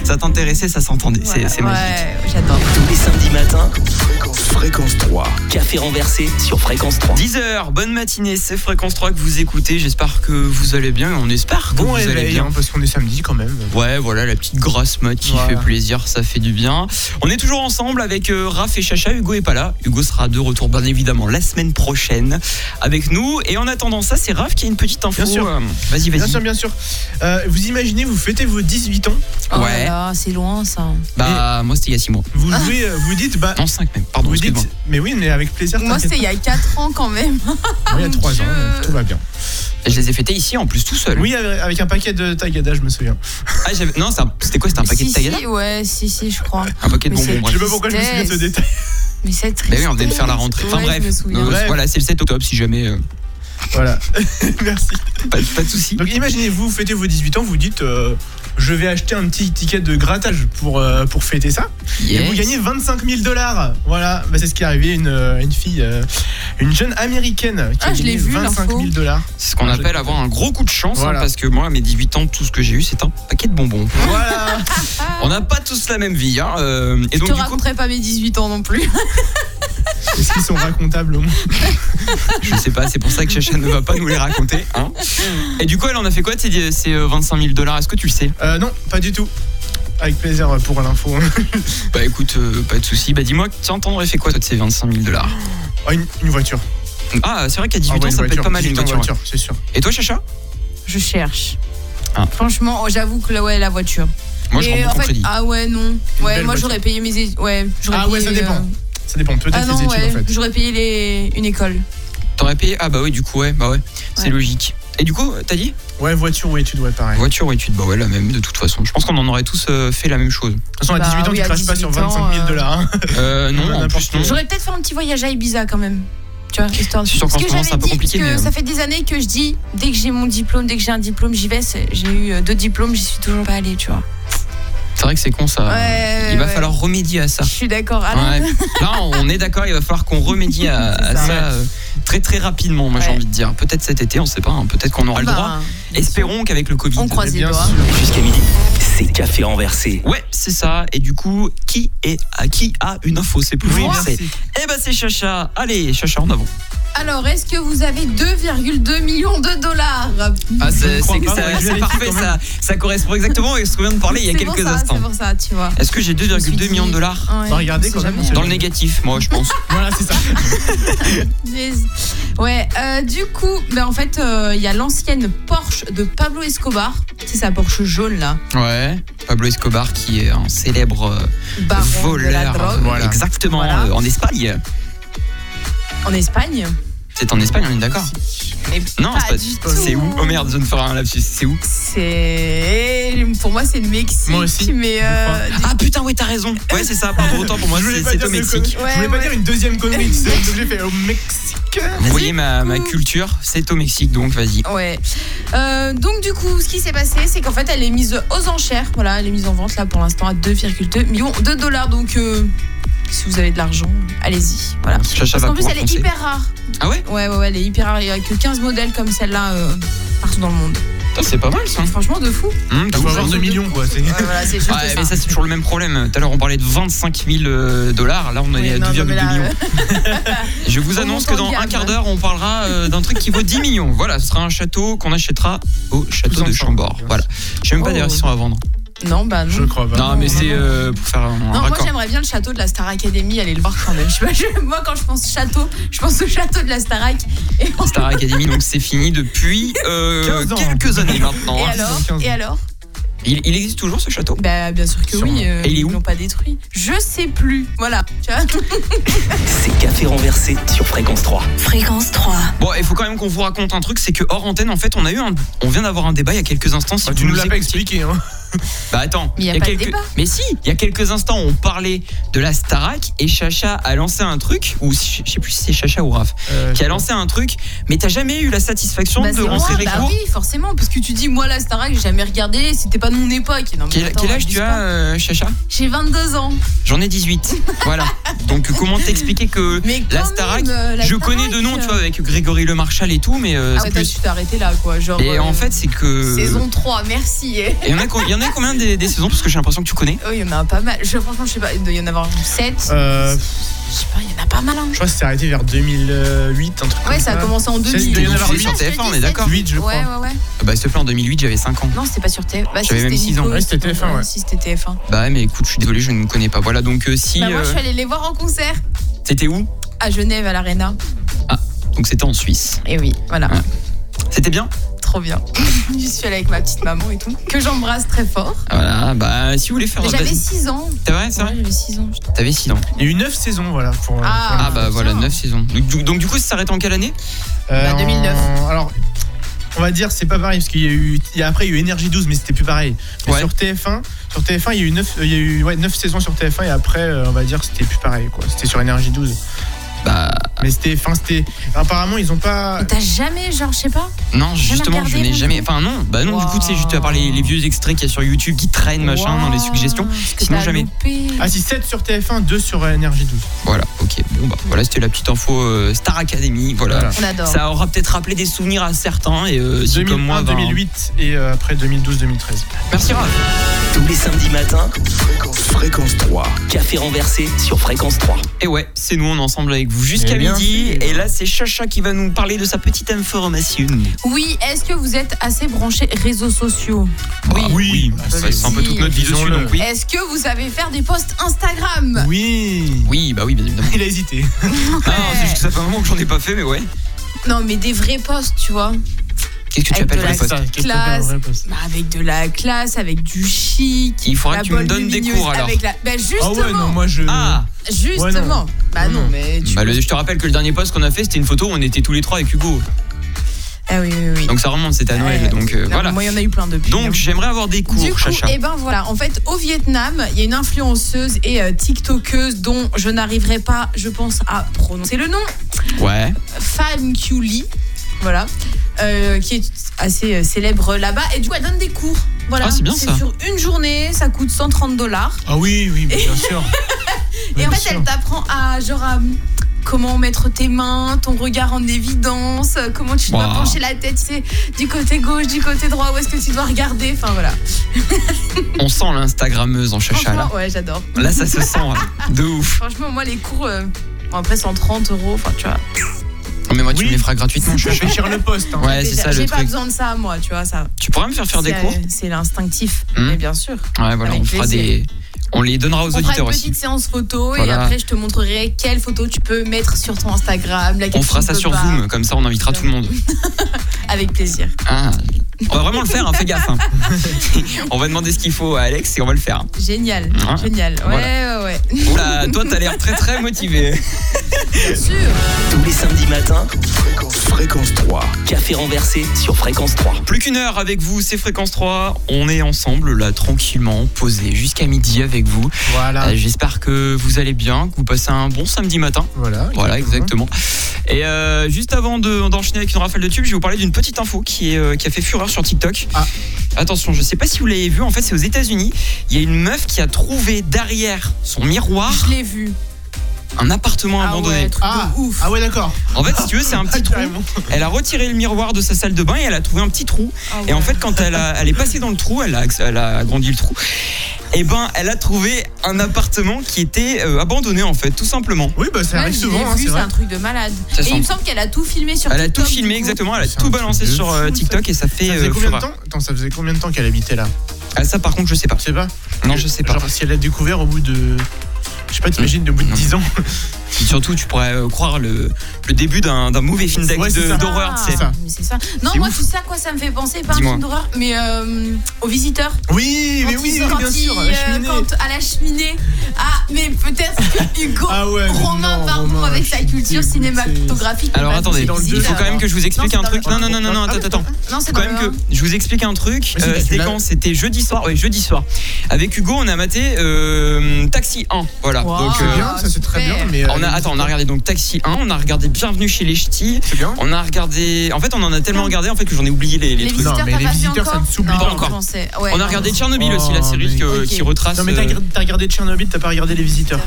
C: Ça t'intéressait, ça s'entendait, c'est
B: Voilà.
C: c'est magique.
B: Ouais, j'adore.
A: Tous les samedis matins,
F: Fréquence, fréquence 3.
A: Café renversé sur fréquence 3.
C: 10h, bonne matinée, c'est Fréquence 3 que vous écoutez. J'espère que vous allez bien et on espère que
D: Bon
C: vous allez
D: réveil,
C: bien.
D: hein, parce qu'on est samedi quand même.
C: Ouais, voilà la petite grasse mat qui
D: Voilà.
C: fait plaisir, ça fait du bien. On est toujours ensemble avec euh, Raph et Chacha. Hugo est pas là. Hugo sera de retour, bien évidemment, la semaine prochaine avec nous. Et en attendant ça, c'est Raph qui a une petite info.
D: Bien sûr.
C: Euh, Vas-y,
D: Bien
C: vas-y.
D: sûr, bien sûr. Euh, vous imaginez, vous fêtez vos 18 ans,
B: Oh
C: Ouais.
B: là là, c'est loin, ça.
C: Bah, moi, c'était il y a 6 mois.
D: vous
B: Ah.
D: jouez, euh, vous dites, bah,
C: Non, 5 même. Pardon,
D: vous
C: excuse-moi.
D: dites, mais oui, mais avec plaisir.
B: Moi,
D: t'inquiète
B: c'était il y a 4 ans quand même.
D: pas. Oui, il y a 3 ans,
B: Dieu.
D: donc tout va bien.
C: Je les ai fêtés ici, en plus, tout seul.
D: Oui, avec avec un paquet de tagada, je me souviens.
C: Ah, j'avais- non, c'est un- c'était quoi C'était un paquet
B: si,
C: de tagada
B: si, Ouais, si, si, je crois.
C: Un paquet de
B: Mais
C: bonbons.
B: c'est-
D: Je
C: bref.
D: sais pas pourquoi je me souviens de ce
B: Tristesse.
D: détail.
B: Mais cette
C: Bah oui, on venait de faire la rentrée. Enfin,
B: Ouais,
C: bref.
B: Je me souviens.
C: Euh,
D: Bref.
C: Voilà, c'est le 7 octobre, si jamais. euh,
D: Voilà. Merci.
C: pas, pas de soucis.
D: Donc imaginez, vous fêtez vos 18 ans, vous dites euh, je vais acheter un petit ticket de grattage pour, euh, pour fêter ça. Et
C: Yes.
D: vous gagnez 25 000 dollars. Voilà, bah, c'est ce qui est arrivé à une, euh, une fille, euh, une jeune américaine qui
B: Ah,
D: a
B: je
D: gagné
B: l'ai vu,
D: 25 000
B: l'info.
D: dollars.
C: C'est ce qu'on
D: Ah, je l'ai
C: appelle avoir un gros coup de chance, hein,
D: Voilà.
C: parce que moi, à mes 18 ans, tout ce que j'ai eu, c'est un paquet de bonbons.
D: Voilà.
C: On n'a pas tous la même vie. Hein. euh, et
B: Je
C: donc,
B: te
C: du coup,
B: raconterai pas mes 18 ans non plus.
D: Est-ce qu'ils sont racontables au moins
C: Je sais pas, c'est pour ça que Chacha ne va pas nous les raconter. hein. Et du coup, elle en a fait quoi ces ces, euh, 25 000 dollars Est-ce que tu le sais
D: Euh, Non, pas du tout. Avec plaisir pour l'info.
C: Bah écoute, euh, pas de souci. Bah dis-moi, tiens, t'en aurais fait quoi toi de ces 25 000 dollars
D: Oh, une, une voiture.
C: Ah, c'est vrai qu'à 18
D: Ah ouais,
C: ans,
D: une
C: ça peut être
D: voiture.
C: pas mal une
D: 18 ans,
C: voiture.
D: c'est sûr.
C: Et toi, Chacha
B: Je cherche.
C: Ah.
B: Franchement, oh, j'avoue que là, ouais, la voiture.
C: Moi, je
B: Et
C: rends
B: en
C: beaucoup
B: fait,
C: crédit.
B: Ah ouais, non.
D: Une
B: Ouais,
D: belle
B: moi,
D: voiture.
B: j'aurais payé mes études. Ouais, j'aurais
D: Ah ouais, ça
B: payé, euh,
D: dépend. Ça dépend peut-être
B: Ah
D: des
B: non,
D: études
B: ouais,
D: en fait.
B: j'aurais payé les... une école.
C: Mmh. T'aurais payé Ah bah oui, du coup, ouais, bah ouais, c'est
B: Ouais.
C: logique. Et du coup, t'as dit
D: Ouais, voiture ou études, ouais, pareil.
C: Voiture ou études Bah ouais, la même, de toute façon. Je pense qu'on en aurait tous euh, fait la même chose.
D: De toute façon, à
B: Bah
D: 18 ans,
B: oui,
D: tu
B: à
D: craches pas sur
B: 18 ans,
D: 25 000
B: euh,
D: dollars. hein.
C: Euh, non,
D: Ouais,
C: en
D: n'importe
C: plus, non.
D: quoi.
B: J'aurais peut-être fait un petit voyage à Ibiza quand même. Tu vois, histoire de...
C: C'est sûr qu'en
B: Parce que
C: ce moment,
B: j'avais
C: c'est un peu
B: dit
C: compliqué,
B: que
C: mais, euh,
B: Ça fait des années que je dis dès que j'ai mon diplôme, dès que j'ai un diplôme, j'y vais. C'est- J'ai eu euh, deux diplômes, j'y suis toujours pas allée, tu vois.
C: C'est vrai que c'est con ça.
B: Ouais,
C: Bah, il va
B: ouais.
C: falloir remédier à ça.
B: Je suis d'accord. Ah non,
C: Ouais. Là, on est d'accord, il va falloir qu'on remédie à,
B: C'est
C: à
B: ça.
C: ça euh, très très rapidement, moi j'ai
B: Ouais.
C: envie de dire. Peut-être cet été, on sait pas, hein, peut-être qu'on aura le
B: bah,
C: droit. Espérons qu'avec le Covid.
B: On croise les
D: Bien
B: doigts.
D: sûr.
A: Jusqu'à midi, c'est café renversé.
C: Ouais, c'est ça. Et du coup, qui est à qui a une info C'est plus
D: Oui,
C: fort, c'est-
D: merci.
C: Eh ben c'est Chacha. Allez, Chacha en avant.
B: Alors, est-ce que vous avez 2,2 millions de dollars
C: Ah,
D: Je
C: c'est
D: ne crois
C: c'est-
D: pas,
C: ça-
D: mais je
C: c'est
D: vérifie
C: parfait,
D: quand même.
C: ça, ça correspond exactement à ce qu'on vient de parler il y a
B: C'est pour
C: quelques
B: ça,
C: instants.
B: C'est pour ça, tu vois.
C: Est-ce que j'ai
B: Je me suis
C: 2,2 millions
B: dit-
C: de dollars
B: Ouais,
D: Faut regarder
B: on sait
D: Bah, quand même,
B: jamais.
D: on
C: dans le négatif, moi je pense.
D: Voilà, c'est ça.
B: Yes. Ouais, euh, du coup, ben en fait, euh, il y a l'ancienne Porsche de Pablo Escobar. C'est sa Porsche jaune là.
C: Ouais. Pablo Escobar qui est un célèbre euh,
B: Baron Ah de la
C: voleur.
B: drogue
C: Voilà. Exactement,
B: Voilà.
C: euh, en Espagne.
B: en Espagne.
C: C'est en Espagne, on est d'accord
B: Mais
C: Non, c'est pas-
B: du tout.
C: C'est où Oh merde, je ne ferai un lapsus. C'est où
B: C'est. Pour moi, c'est le Mexique.
D: Moi aussi,
B: Mais.
D: je
B: euh, du-
C: Ah putain, ouais, t'as raison. Ouais, c'est ça, pardon, autant pour moi,
D: Je voulais
C: c'est
D: pas
C: c'est
D: dire
C: au
D: de
C: Mexique.
D: je voulais
B: Ouais,
D: pas
B: ouais.
D: dire une deuxième connerie, tu sais, donc j'ai fait euh, au Mexique.
C: Vous
B: Vas-y.
C: voyez ma, ma culture, c'est au Mexique, donc vas-y.
B: Ouais. Euh, donc du coup, ce qui s'est passé, c'est qu'en fait, elle est mise aux enchères. Voilà, elle est mise en vente là pour l'instant à 2,2 millions de dollars. Donc, euh, si vous avez de l'argent, allez-y. Voilà.
C: Chacha
B: Parce
C: va
B: qu'en plus,
C: pouvoir
B: elle est
C: foncer.
B: hyper rare.
C: Ah ouais
B: Ouais, ouais, ouais, elle est hyper rare. Il n'y a que 15 modèles comme celle-là euh, partout dans le monde.
C: Putain, Ah, C'est pas mal ça.
B: Franchement, de fou.
C: Hum, de
D: Faut
C: ouf.
D: avoir 2 millions, quoi. c'est-
B: Ouais, voilà, c'est juste
C: Ouais, mais ça c'est toujours le même problème. Tout à l'heure on parlait de 25 000 dollars, là on est
B: Oui,
C: à
B: non,
C: 2,2
B: non, mais là,
C: millions. Je vous
B: on
C: annonce
B: monte en
C: que dans
B: gamme,
C: un quart
B: hein.
C: d'heure on parlera euh, d'un truc qui vaut 10 millions. Voilà, ce sera un château qu'on achètera au château
D: Tous
C: de
D: ensemble,
C: Chambord.
D: bien
C: Voilà. Je sais même pas
B: Oh.
C: d'ailleurs s'ils sont à vendre.
B: Non, bah non.
D: Je crois pas.
C: Non mais
B: non,
C: c'est
B: non.
C: euh, pour faire un
B: Non, moi
C: raccord.
B: j'aimerais bien le château de la Star Academy, aller le voir quand même. Je sais pas, je- moi quand je pense château, je pense au château de la Starac. Et, on-
C: Star Academy donc c'est fini depuis euh,
D: 15 ans.
C: quelques années maintenant.
B: et
C: hein.
B: alors Et alors
C: Il, il existe toujours ce château
B: Bah bien sûr que
D: Sûrement.
B: oui, euh,
C: Et il est où
B: ils l'ont pas détruit. Je sais plus. Voilà, tu vois.
A: C'est café renversé sur fréquence 3.
G: Fréquence 3.
C: Bon, il faut quand même qu'on vous raconte un truc, c'est que hors antenne, en fait, on a eu un, on vient d'avoir un débat il y a quelques instants. Si
D: Ah,
C: vous
D: tu nous l'as
C: écoutez-
D: pas expliqué, hein.
C: Bah attends,
B: Mais y a pas de
C: quelques...
B: débat.
C: Mais si, il y a quelques instants, on parlait de la Starac et Chacha a lancé un truc, ou si- je sais plus si c'est Chacha ou Raph,
D: Euh,
C: qui a lancé un truc, mais t'as jamais eu la satisfaction
B: Bah,
C: de
B: c'est moi,
C: rentrer les
B: bah
C: cours.
B: oui, forcément, parce que tu dis, moi la Starac, j'ai jamais regardé, c'était pas de mon époque. Non, mais
C: Quel,
B: attends,
C: quel âge
B: abuse
C: tu as,
B: pas.
C: euh, Chacha
B: J'ai 22 ans.
C: J'en ai 18. voilà. Donc comment t'expliquer que
B: Mais
C: la
B: quand
C: Starac,
B: même, euh, la
C: je connais
B: Starac,
C: de nom, tu
B: euh,
C: vois, avec Grégory Le Marchal et tout, mais euh,
B: Ah
C: c'est
B: ouais, toi,
C: plus.
B: tu t'es arrêté là, quoi. Genre,
C: Et
B: euh,
C: en fait, c'est que.
B: Saison 3, merci. eh.
C: Et Il y, en a co- il y en a combien des, des saisons Parce que j'ai l'impression que tu connais.
B: Oh, il y en a pas mal. Je, franchement, je sais pas, il doit y en avoir 7.
D: euh,
B: Je sais pas, il y en a pas mal. hein.
D: Je crois que c'est arrêté vers 2008, un truc
B: Ouais,
D: comme
B: ça a commencé en
D: Euh, C'est-
B: 2000.
D: il doit y en avoir
B: C'est
D: huit
C: sur
B: ça, je te
C: TF1, on
B: dis,
C: est
B: sept.
C: d'accord.
D: Huit, je
B: Ouais,
D: crois.
B: ouais, ouais.
C: Ah Bah, s'il te plaît, en 2008, j'avais 5 ans.
B: Non, c'était pas sur TF. Bah, si,
C: J'avais même
B: c'était
C: six ans.
B: Nico,
D: Ouais, c'était TF1, ouais.
B: Si, c'était TF1.
C: Bah ouais, mais écoute, je suis désolé, je ne connais pas. Voilà, donc euh, si
B: Bah, moi, je
C: euh,
B: suis allée les voir en concert
C: c'était où
B: à Genève, à l'Arena.
C: Donc c'était en Suisse.
B: Et oui, voilà.
C: Eh Ouais. C'était bien
B: Trop bien. je suis allée avec ma petite maman et tout. Que j'embrasse très fort.
C: Voilà, bah si vous voulez faire
B: Mais
C: bah,
B: J'avais 6 ans.
C: C'est vrai, c'est
B: Ouais,
C: vrai.
B: j'avais 6 ans. putain.
C: T'avais 6 ans.
D: Il y a eu 9 saisons, voilà. Pour,
B: Ah.
C: Ah, bah
B: tiens.
C: voilà, 9 saisons. Donc du, donc, du coup, ça s'arrête en quelle année
D: pour- euh,
B: bah, 2009.
D: en- Alors, on va dire, c'est pas pareil, parce qu'il y a eu. il y a- après, il y a eu Energy 12, mais c'était plus pareil. Mais
C: Ouais.
D: sur TF1, sur TF1, il y a eu 9, il y a eu, ouais, 9 saisons sur TF1, et après, euh, on va dire, c'était plus pareil, quoi. C'était sur Energy 12.
C: Bah
D: Mais c'était. Enfin, c'était. Apparemment, ils ont pas.
B: Et t'as jamais, genre, je sais pas
C: non, justement,
B: regardé,
C: je n'ai
B: non
C: jamais. Enfin non, bah non, du coup, tu sais, juste tu as parlé les vieux extraits qu'il y a sur YouTube qui traînent, machin, dans les
B: Wow,
C: suggestions.
B: ce que
C: Sinon,
B: t'as
C: jamais.
B: loupé.
D: Ah, si, 7 sur TF1, 2 sur euh, Energy 12.
C: Voilà, ok. Bon, bah voilà, c'était la petite info euh, Star Academy, voilà.
D: Voilà.
B: On adore.
C: Ça aura peut-être rappelé des souvenirs à certains et euh, si comme moi,
D: 2001,
C: ben,
D: 2008, et euh, après 2012, 2013.
C: Merci Raph.
A: Tous les samedis matins,
F: Fréquence, fréquence 3.
A: café renversé sur fréquence 3.
C: Et ouais, c'est nous, on est ensemble avec vous jusqu'à
G: Eh bien,
C: midi. Et là, c'est Chacha qui va nous parler de sa petite information.
B: Oui, est-ce que vous êtes assez branché réseaux sociaux
C: Oui, oui.
B: c'est
C: c'est un peu
B: si.
C: toute notre vie dessus,
G: Disons-le.
C: donc oui.
B: Est-ce que vous savez faire des posts Instagram
D: Oui.
C: Oui, bah oui, bien évidemment.
D: Il a hésité.
C: Ah, c'est juste que ça fait un moment que j'en ai pas fait, mais ouais.
B: Non, mais des vrais posts, tu vois.
C: Qu'est-ce que tu
B: Avec
C: appelles
B: de
C: vrai
B: la-
C: poste
B: Classe. Bah, avec de la classe, avec du chic.
C: Il faudra
B: la
C: que tu me
B: bonne
C: donnes des
B: lumineuse,
C: cours alors.
B: Avec la... Bah, justement,
D: Ah ouais, non, moi je.
C: Ah,
B: justement.
D: Ouais, non.
B: Bah non,
D: Non, non.
B: mais tu...
C: bah, le- je te rappelle que le dernier post qu'on a fait, c'était une photo où on était tous les trois avec Hugo.
B: Ah oui, oui, oui.
C: Donc ça remonte, c'était à Noël.
B: Ouais,
C: donc euh,
B: non,
C: voilà.
B: Moi, il y en a eu plein depuis. hein.
C: Donc j'aimerais avoir des cours,
B: Du coup,
C: Chacha.
B: eh ben voilà, en fait, au Vietnam, il y a une influenceuse et euh, tiktokeuse dont je n'arriverai pas, je pense, à prononcer le nom,
C: Ouais.
B: Fan Q Lee, voilà, euh, qui est assez euh, célèbre là-bas. Et du coup, elle donne des cours. Voilà,
C: Ah, c'est bien ça.
B: sur une journée, ça coûte 130 dollars.
D: Ah oui, oui, mais bien sûr.
B: Et
D: Bien
B: en fait,
D: sûr.
B: elle t'apprend à genre à hum, comment mettre tes mains, ton regard en évidence, euh, comment tu dois
C: Wow.
B: pencher la tête, tu sais, du côté gauche, du côté droit, où est-ce que tu dois regarder. Enfin voilà.
C: On sent l'Instagrammeuse en Chacha là.
B: Franchement, ouais, j'adore.
C: Là, ça se sent hein. de ouf.
B: Franchement, moi, les cours, euh, bon, après, 130 euros, enfin, tu vois.
C: Oh, mais moi, tu
D: Oui.
C: me les feras gratuitement,
D: Je vais
C: Chacha.
D: réfléchir le poste. hein.
C: Ouais, c'est
B: Déjà,
C: ça
B: J'ai
C: le
B: pas
C: truc.
B: besoin de ça, moi, tu vois, ça.
C: Tu pourras me faire faire des
B: C'est,
C: cours
B: euh, C'est l'instinctif,
C: Hmm.
B: mais bien sûr.
C: Ouais, voilà,
B: Avec
C: on fera
B: plaisir.
C: des. On les donnera aux
B: On fera une
C: auditeurs aussi.
B: petite séance photo et
C: Voilà.
B: après, je te montrerai quelle photo tu peux mettre sur ton Instagram. laquelle
C: On
B: tu
C: fera
B: ne
C: ça
B: peux
C: sur
B: pas.
C: Zoom, comme ça on invitera tout le monde.
B: Avec plaisir.
C: Ah, on va vraiment le faire, hein, fais gaffe. hein. on va demander ce qu'il faut à Alex et on va le faire.
B: Génial,
C: Ouais.
B: génial. Ouais, ouais, ouais.
C: Oula, toi t'as l'air très très motivé.
B: Bien sûr.
A: Tous les samedis matins,
F: Fréquence, fréquence 3.
A: café renversé sur fréquence 3.
C: Plus qu'une heure avec vous, c'est Fréquence 3. On est ensemble là, tranquillement, posé jusqu'à midi avec vous.
B: Ah.
D: Voilà.
C: Euh, J'espère que vous allez bien, que vous passez un bon samedi matin.
D: Voilà.
C: Voilà, exactement. Et euh, juste avant de- d'enchaîner avec une rafale de tube, je vais vous parler d'une petite info qui, est, euh, qui a fait fureur sur TikTok.
D: Ah.
C: Attention, je sais pas si vous l'avez vu, en fait, c'est aux États-Unis. Il y a une meuf qui a trouvé derrière son miroir
B: Je l'ai vu.
C: un appartement
B: Ah
C: abandonné.
B: ouais, Ah, truc
D: Ah,
B: de ouf.
D: ah ouais, d'accord.
C: En fait, si tu veux, c'est un petit trou.
D: Carrément.
C: Elle a retiré le miroir de sa salle de bain et elle a trouvé un petit trou.
B: Ah
C: Et en
B: ouais.
C: fait, quand elle, a- elle est passée dans le trou, elle a, elle a agrandi le trou. Et ben, elle a trouvé un appartement qui était euh, abandonné en fait, tout simplement.
D: Oui, bah ça
B: Ouais,
D: arrive
B: je l'ai
D: souvent, hein,
B: vu,
D: c'est
B: c'est
D: vrai.
B: un truc de malade.
C: Ça
B: Et il
C: sent-
B: me semble qu'elle a tout filmé sur
C: Elle a tout
B: TikTok,
C: filmé
B: du coup.
C: exactement, elle a
D: C'est un
C: tout balancé
D: truc de
C: sur
D: fou,
C: euh,
D: ça.
C: TikTok et ça fait.
D: Ça
C: euh,
D: faisait combien de
C: fureur.
D: temps Attends, ça faisait combien de temps qu'elle habitait là
C: Ah, ça, par contre, je sais pas.
D: Je sais pas.
C: Non, je sais pas.
D: Genre, si elle l'a découvert au bout de. Je sais pas, t'imagines, au bout de
C: Non.
D: 10 ans.
C: Puis surtout, tu pourrais euh, croire le, le début d'un d'un mauvais film
D: Ouais,
C: d'acte
D: c'est
C: de-
D: ça.
C: d'horreur, tu sais.
D: ça.
B: Mais Ah, c'est ça. Non,
D: C'est
B: moi,
D: ouf.
B: tu sais à quoi ça me fait penser Pas un
C: Dis-moi.
B: film d'horreur, mais euh, aux visiteurs.
D: Oui, mais
B: Quand
D: oui,
B: ils-
D: oui,
B: quand
D: bien
B: ils,
D: sûr.
B: euh,
D: la cheminée.
B: quand- à la cheminée. Ah, mais peut-être que Hugo.
D: Ah ouais, mais
B: Romain,
D: non,
B: pardon,
D: Romain,
B: avec sa
D: je suis
B: culture
D: dégoûté.
B: cinématographique.
C: Alors
B: bah,
C: attendez,
B: c'est
D: Ah, dans le
B: visiteurs.
D: deux,
C: il faut quand même que je vous explique
B: Non,
C: un
B: c'est
C: truc.
B: dans le
C: Non, non, non, non, non,
D: Ah,
C: attends,
D: mais
C: attends.
B: Non, c'est
C: quand
B: dans
C: même
B: le
C: que je vous explique un truc.
D: Mais c'est
C: Euh,
D: que tu
C: c'était
D: l'as-
C: quand C'était jeudi soir. Ouais, jeudi soir. Avec Hugo, on a maté euh, Taxi 1. Voilà.
B: Wow.
C: Donc,
D: C'est
C: euh,
D: Ah,
C: Ah,
D: bien, ça c'est très
B: super.
D: bien, mais.
C: on a,
D: euh,
C: attends, on a regardé donc Taxi 1, on a regardé Bienvenue chez les Ch'tis,
D: C'est bien.
C: on a regardé. En fait, on en a tellement regardé en fait que j'en ai oublié les, les
B: Les
C: trucs.
D: Non,
B: visiteurs,
D: mais
B: t'as
D: les
B: pas fait
D: visiteurs, ça
B: encore
D: ne s'oublie
B: Non,
C: pas
B: je
C: encore.
B: pensais. Ouais,
C: On a
B: non,
C: regardé
B: non.
C: Tchernobyl aussi, la
D: Oh,
C: série
D: mais-
C: que-
B: Ok.
C: qui retrace.
D: Non, mais t'as
C: euh,
D: regardé- t'as regardé Tchernobyl, t'as pas regardé les visiteurs.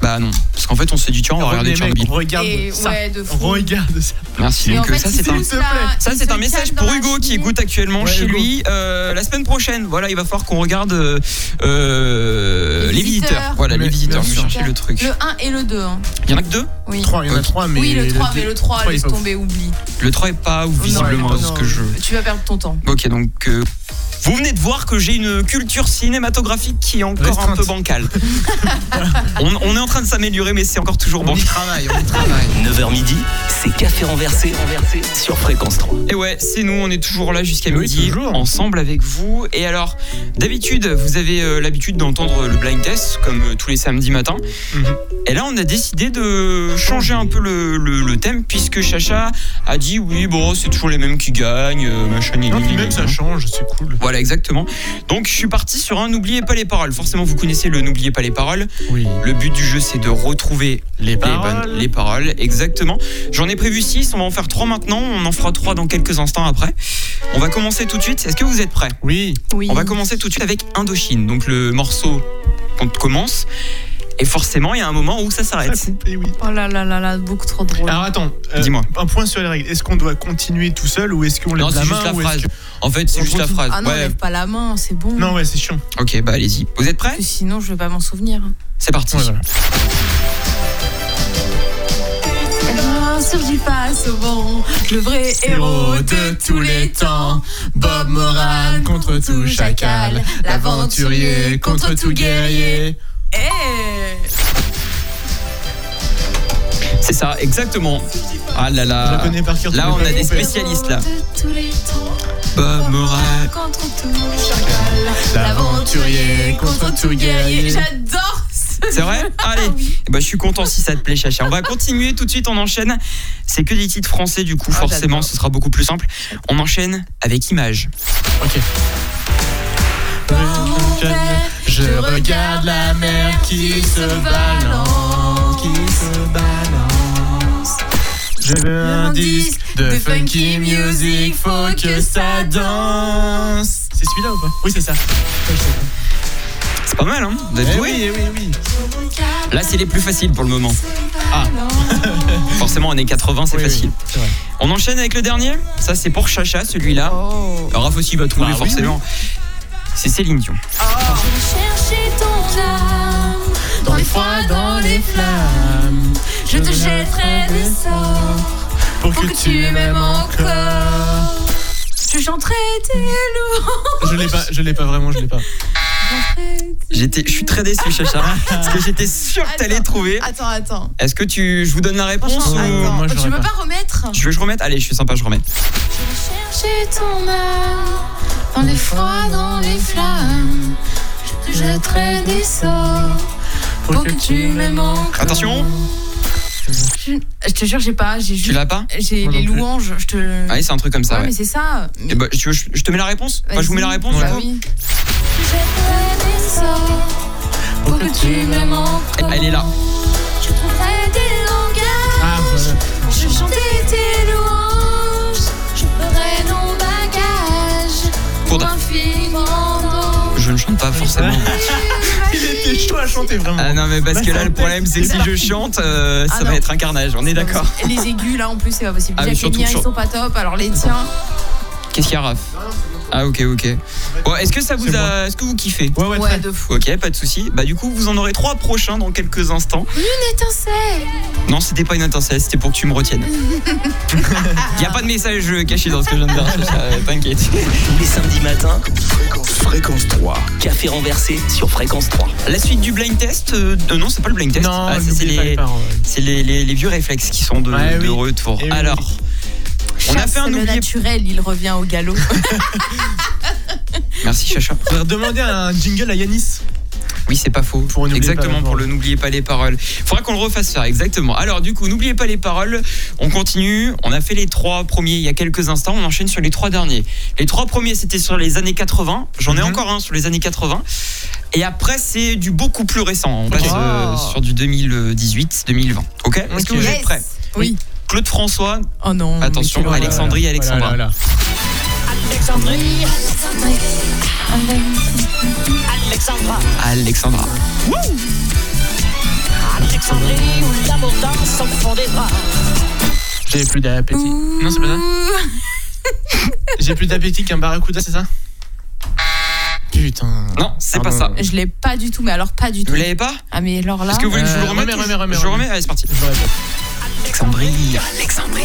C: Bah non, parce qu'en fait, on s'est dit tiens, on va regarder
D: Revenez, mec,
C: Tchernobyl.
D: Regarde
B: Et
D: ça.
B: ouais, de fou.
D: Regarde ça.
C: Merci.
B: Et en
C: Donc,
B: fait,
C: ça,
B: ils
C: c'est
B: se
C: un.
B: poussent
D: s'il te
B: là-
D: plaît.
C: Ça,
B: ils
C: c'est
B: se
C: un message
B: cachent
C: pour
B: dans la
C: Hugo qui
B: cheminée.
C: écoute actuellement
D: Ouais,
C: chez
D: Hugo.
C: lui euh, la semaine prochaine. Voilà, il va falloir qu'on regarde euh, euh,
B: Les
C: les
B: visiteurs.
C: visiteurs. Voilà, les
D: Mais-
C: visiteurs.
D: bien
C: Je
D: sûr.
C: cherchais le truc.
B: Le 1 et le 2. hein.
C: Il y en a que deux
B: Oui.
D: 3, il y en a 3, mais.
B: oui, le 3, mais le 3,
D: trois, il est
B: laisse
D: pas ouf.
B: tomber, oublie.
C: Le 3 est pas ou visiblement
D: non,
C: parce que je.
B: Tu vas perdre ton temps.
C: Ok, donc. euh, vous venez de voir que j'ai une culture cinématographique qui est encore un
D: Restreinte.
C: peu bancale. on, on est en train de s'améliorer, mais c'est encore toujours
D: On y
C: bancal.
D: travaille, on y travaille.
A: 9h midi, c'est café renversé, renversé sur fréquence 3.
C: Et ouais, c'est nous, on est toujours là jusqu'à
D: Oui,
C: midi,
D: toujours.
C: ensemble avec vous. Et alors, d'habitude, vous avez euh, l'habitude d'entendre le blind test, comme euh, tous les samedis matins.
D: Mhm.
C: Et là, on a décidé de changer un peu le, le- le thème, puisque Chacha a dit oui, bon, c'est toujours les mêmes qui gagnent, euh, machin,
D: Non,
C: gna,
D: puis
C: gna,
D: même
C: gna,
D: ça
C: gna.
D: change, c'est cool.
C: Voilà, exactement. Donc, je suis parti sur un N'oubliez pas les paroles. Forcément, vous connaissez le N'oubliez pas les paroles.
D: Oui.
C: Le but du jeu, c'est de retrouver
D: Les
C: les,
D: paroles.
C: bonnes- les paroles. Exactement. J'en ai prévu 6. On va en faire 3 maintenant. On en fera 3 dans quelques instants après. On va commencer tout de suite. Est-ce que vous êtes prêts
D: Oui.
B: Oui.
C: On va commencer tout de suite avec Indochine. Donc, le morceau qu'on te commence. Et forcément, il y a un moment où ça
D: Ça a
C: s'arrête.
D: Ah, coupé, oui.
B: Oh là là là là, beaucoup trop drôle.
D: Alors attends, euh,
C: Dis-moi.
D: un point sur les règles. Est-ce qu'on doit continuer tout seul ou est-ce qu'on
C: Non,
D: lève la
C: c'est
D: main
C: juste la
D: ou est-ce
C: phrase.
D: que-
C: En fait, c'est
D: On
C: juste la
D: continue.
C: phrase.
B: ah non,
C: ouais.
B: lève pas la main, c'est bon.
D: Non, ouais, c'est chiant.
C: Ok, bah allez-y. Vous êtes prêts
B: Parce que sinon, je vais pas m'en souvenir.
C: C'est parti.
D: Ouais, voilà.
B: Ah, surgit pas souvent le vrai héros de tous les temps. Bob Moran contre tout chacal, l'aventurier contre tout guerrier. Eh
C: C'est ça, exactement. Ah là
D: Je la
C: là.
D: connais par cœur.
C: Là,
D: tu peux
C: on a
D: pas
C: des
D: me tromper.
C: spécialistes, là.
B: De tous les temps.
C: Bob Moran.
B: contre tout chacal,
D: L'aventurier contre tout guerrier.
B: J'adore ce
C: C'est vrai
B: Ah
C: Allez, Eh ben, je suis content si ça te plaît, Chacha. On va continuer tout de suite, on enchaîne. C'est que des titres français, du coup,
B: Ah,
C: forcément,
B: j'adore.
C: ce sera beaucoup plus simple. On enchaîne avec Image.
D: Ok. Je regarde la mer qui se balance, qui se balance. Je veux un disque de funky music, faut que ça danse. C'est celui-là ou pas Oui, c'est ça.
C: C'est pas mal, hein Vous êtes
D: Eh
C: doués
D: oui, eh oui, eh oui.
C: Là, c'est les plus faciles pour le moment.
D: Ah.
C: Forcément, années 80, c'est
D: Oui, oui,
C: facile.
D: c'est vrai.
C: On enchaîne avec le dernier Ça, c'est pour Chacha, celui-là.
B: Oh.
C: Raph aussi va trouver,
D: Bah oui,
C: forcément. C'est Céline Dion.
G: Chercher ton âme
D: Dans les froids, dans les flammes.
G: je te jetterai des sorts
D: pour
G: pour que tu m'aimes encore.
B: Je chanterai tes louanges.
D: Je l'ai pas, je l'ai pas vraiment, je l'ai pas.
C: J'étais, je suis très déçu, Chacha.
G: Ah,
C: parce que j'étais sûr que t'allais
B: Ah. Attends.
C: trouver.
B: Attends, attends.
C: Est-ce que tu, je vous donne la réponse
B: Franchement,
C: ou-
B: attends.
D: moi,
B: tu
D: j'aurais
B: veux
D: pas.
B: pas remettre
C: Tu veux que je remette Allez, je suis sympa, je remets.
G: Chercher ton âme dans les froids, dans les flammes, je te jetterai des sorts pour que tu m'aimes encore.
C: Attention,
B: Je je te jure, j'ai pas. J'ai
C: tu
B: juste.
C: l'as pas
B: J'ai
D: Moi
B: les
D: non plus.
B: louanges. Je te.
C: Allez, Ah c'est un truc comme ça,
B: Ouais,
C: ouais.
B: mais c'est ça.
C: Eh ben, tu veux, je, je te mets la réponse Enfin, je vous mets la réponse
B: Bah
C: du coup
B: oui.
G: Je te jetterai des sorts pour que tu m'aimes encore.
C: Elle est là.
G: Je trouverai des langages
D: Ah, voilà.
G: Je chantais tes louanges, je ferai ton bagage
C: Pour
G: pour infiniment d'eau.
C: Je ne chante pas forcément.
D: Il était chaud à chanter vraiment.
C: Ah non, mais parce que là, le problème, c'est que si je chante, euh, ça
B: Ah
C: va
B: non.
C: être un carnage, on est d'accord.
B: Et Les aigus là en plus, c'est pas possible.
C: Ah,
B: Déjà
C: mais
B: que les
C: surtout
B: miens
C: sur-
B: ils sont pas top, alors les tiens.
C: Qu'est-ce qu'il y a, Raph Ah, ok, ok. Bon, est-ce que ça vous
D: C'est
C: a. Est-ce que vous kiffez
D: Ouais, ouais,
B: Ouais,
D: très.
B: de fou.
C: Ok, pas de souci. Bah, du coup, vous en aurez trois prochains dans quelques instants.
G: Étincelle,
C: Non, c'était pas une intensité, c'était pour que tu me retiennes. Il y a pas de message euh, caché dans ce que je viens de dire, ça, euh, t'inquiète.
A: Tous les samedis matins,
F: Fréquence, fréquence 3.
A: café renversé sur fréquence 3.
C: La suite du blind test, euh, euh, non, c'est pas le blind test.
D: Non,
C: Ah, ça, c'est
D: n'oubliez pas
C: les,
D: les parents. ouais.
C: c'est les- les- les vieux réflexes qui sont de,
D: Ouais,
C: de
D: oui.
C: retour.
D: Eh oui.
C: Alors, on a
B: Chasse
C: fait un
B: le
C: oubli.
B: naturel, il revient au galop.
C: Merci, Chacha.
D: Faudrait demander un jingle à Yanis.
C: Oui, c'est pas faux.
D: Pour N'oubliez pas
C: exactement,
D: les
C: pour
D: paroles.
C: le N'oubliez pas les paroles. Faudra qu'on le refasse faire, exactement. Alors, du coup, N'oubliez pas les paroles. On continue. On a fait les trois premiers il y a quelques instants. On enchaîne sur les trois derniers. Les trois premiers, c'était sur les années 80. J'en ai
D: Mhm.
C: encore un sur les années 80. Et après, c'est du beaucoup plus récent. On passe
D: Ok.
C: euh,
B: Oh.
C: sur du 2018-2020. Ok Est-ce que vous
B: Yes.
C: êtes prêts
B: Oui.
C: Claude François,
D: Mmh,
B: Oh non. mais
C: Attention,
B: quelle horreur.
D: Oh
C: Alexandrie, Alexandra.
D: euh, Voilà, voilà.
C: Alexandra.
D: J'ai plus d'appétit.
B: Ouh.
D: Non, c'est pas ça. J'ai plus d'appétit qu'un barracuda, c'est ça Putain.
C: Non, c'est pas
D: Pardon.
C: ça.
B: Je l'ai pas du tout, mais alors pas du
C: Vous
B: tout.
C: l'avez pas
B: Ah mais alors là.
C: Est-ce que vous voulez que je vous
D: Euh,
C: le remette
D: remets,
C: ou je-
D: remets, remets,
C: Je le
D: remets.
C: remets Allez, c'est parti.
D: Je répète.
C: Alexandrie.
A: Alexandra,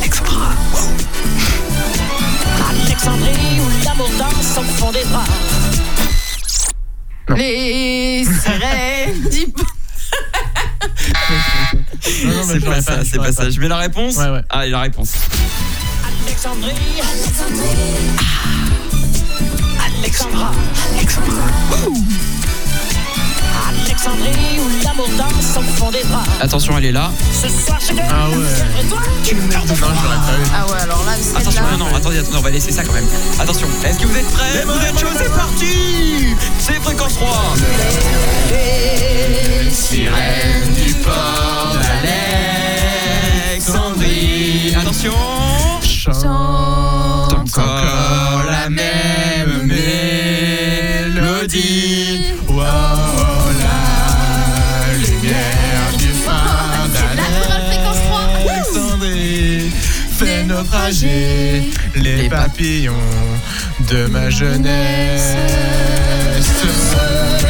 A: Alexandra.
B: Les sirènes du-
D: Non, non, mais
C: C'est
D: je
C: pas
D: l'aurais
C: ça,
D: je
C: c'est
D: l'aurais
C: pas ça. Je mets la réponse Ah,
D: Ouais, ouais.
C: Allez, la réponse.
A: Alexandra, Alexandra.
C: Attention, elle est là.
D: Ah ouais. Non, j'aurais pas eu.
B: Ah ouais, alors là, celle-là.
C: Attention, non, non, attendez, attendez, on va laisser ça quand même. Attention, est-ce que vous êtes prêts Vous êtes chaud, c'est parti C'est fréquence 3 Alexandrie Attention
D: Chante
C: Encore la même mélodie
D: Oh, naufragé les papillons de ma jeunesse.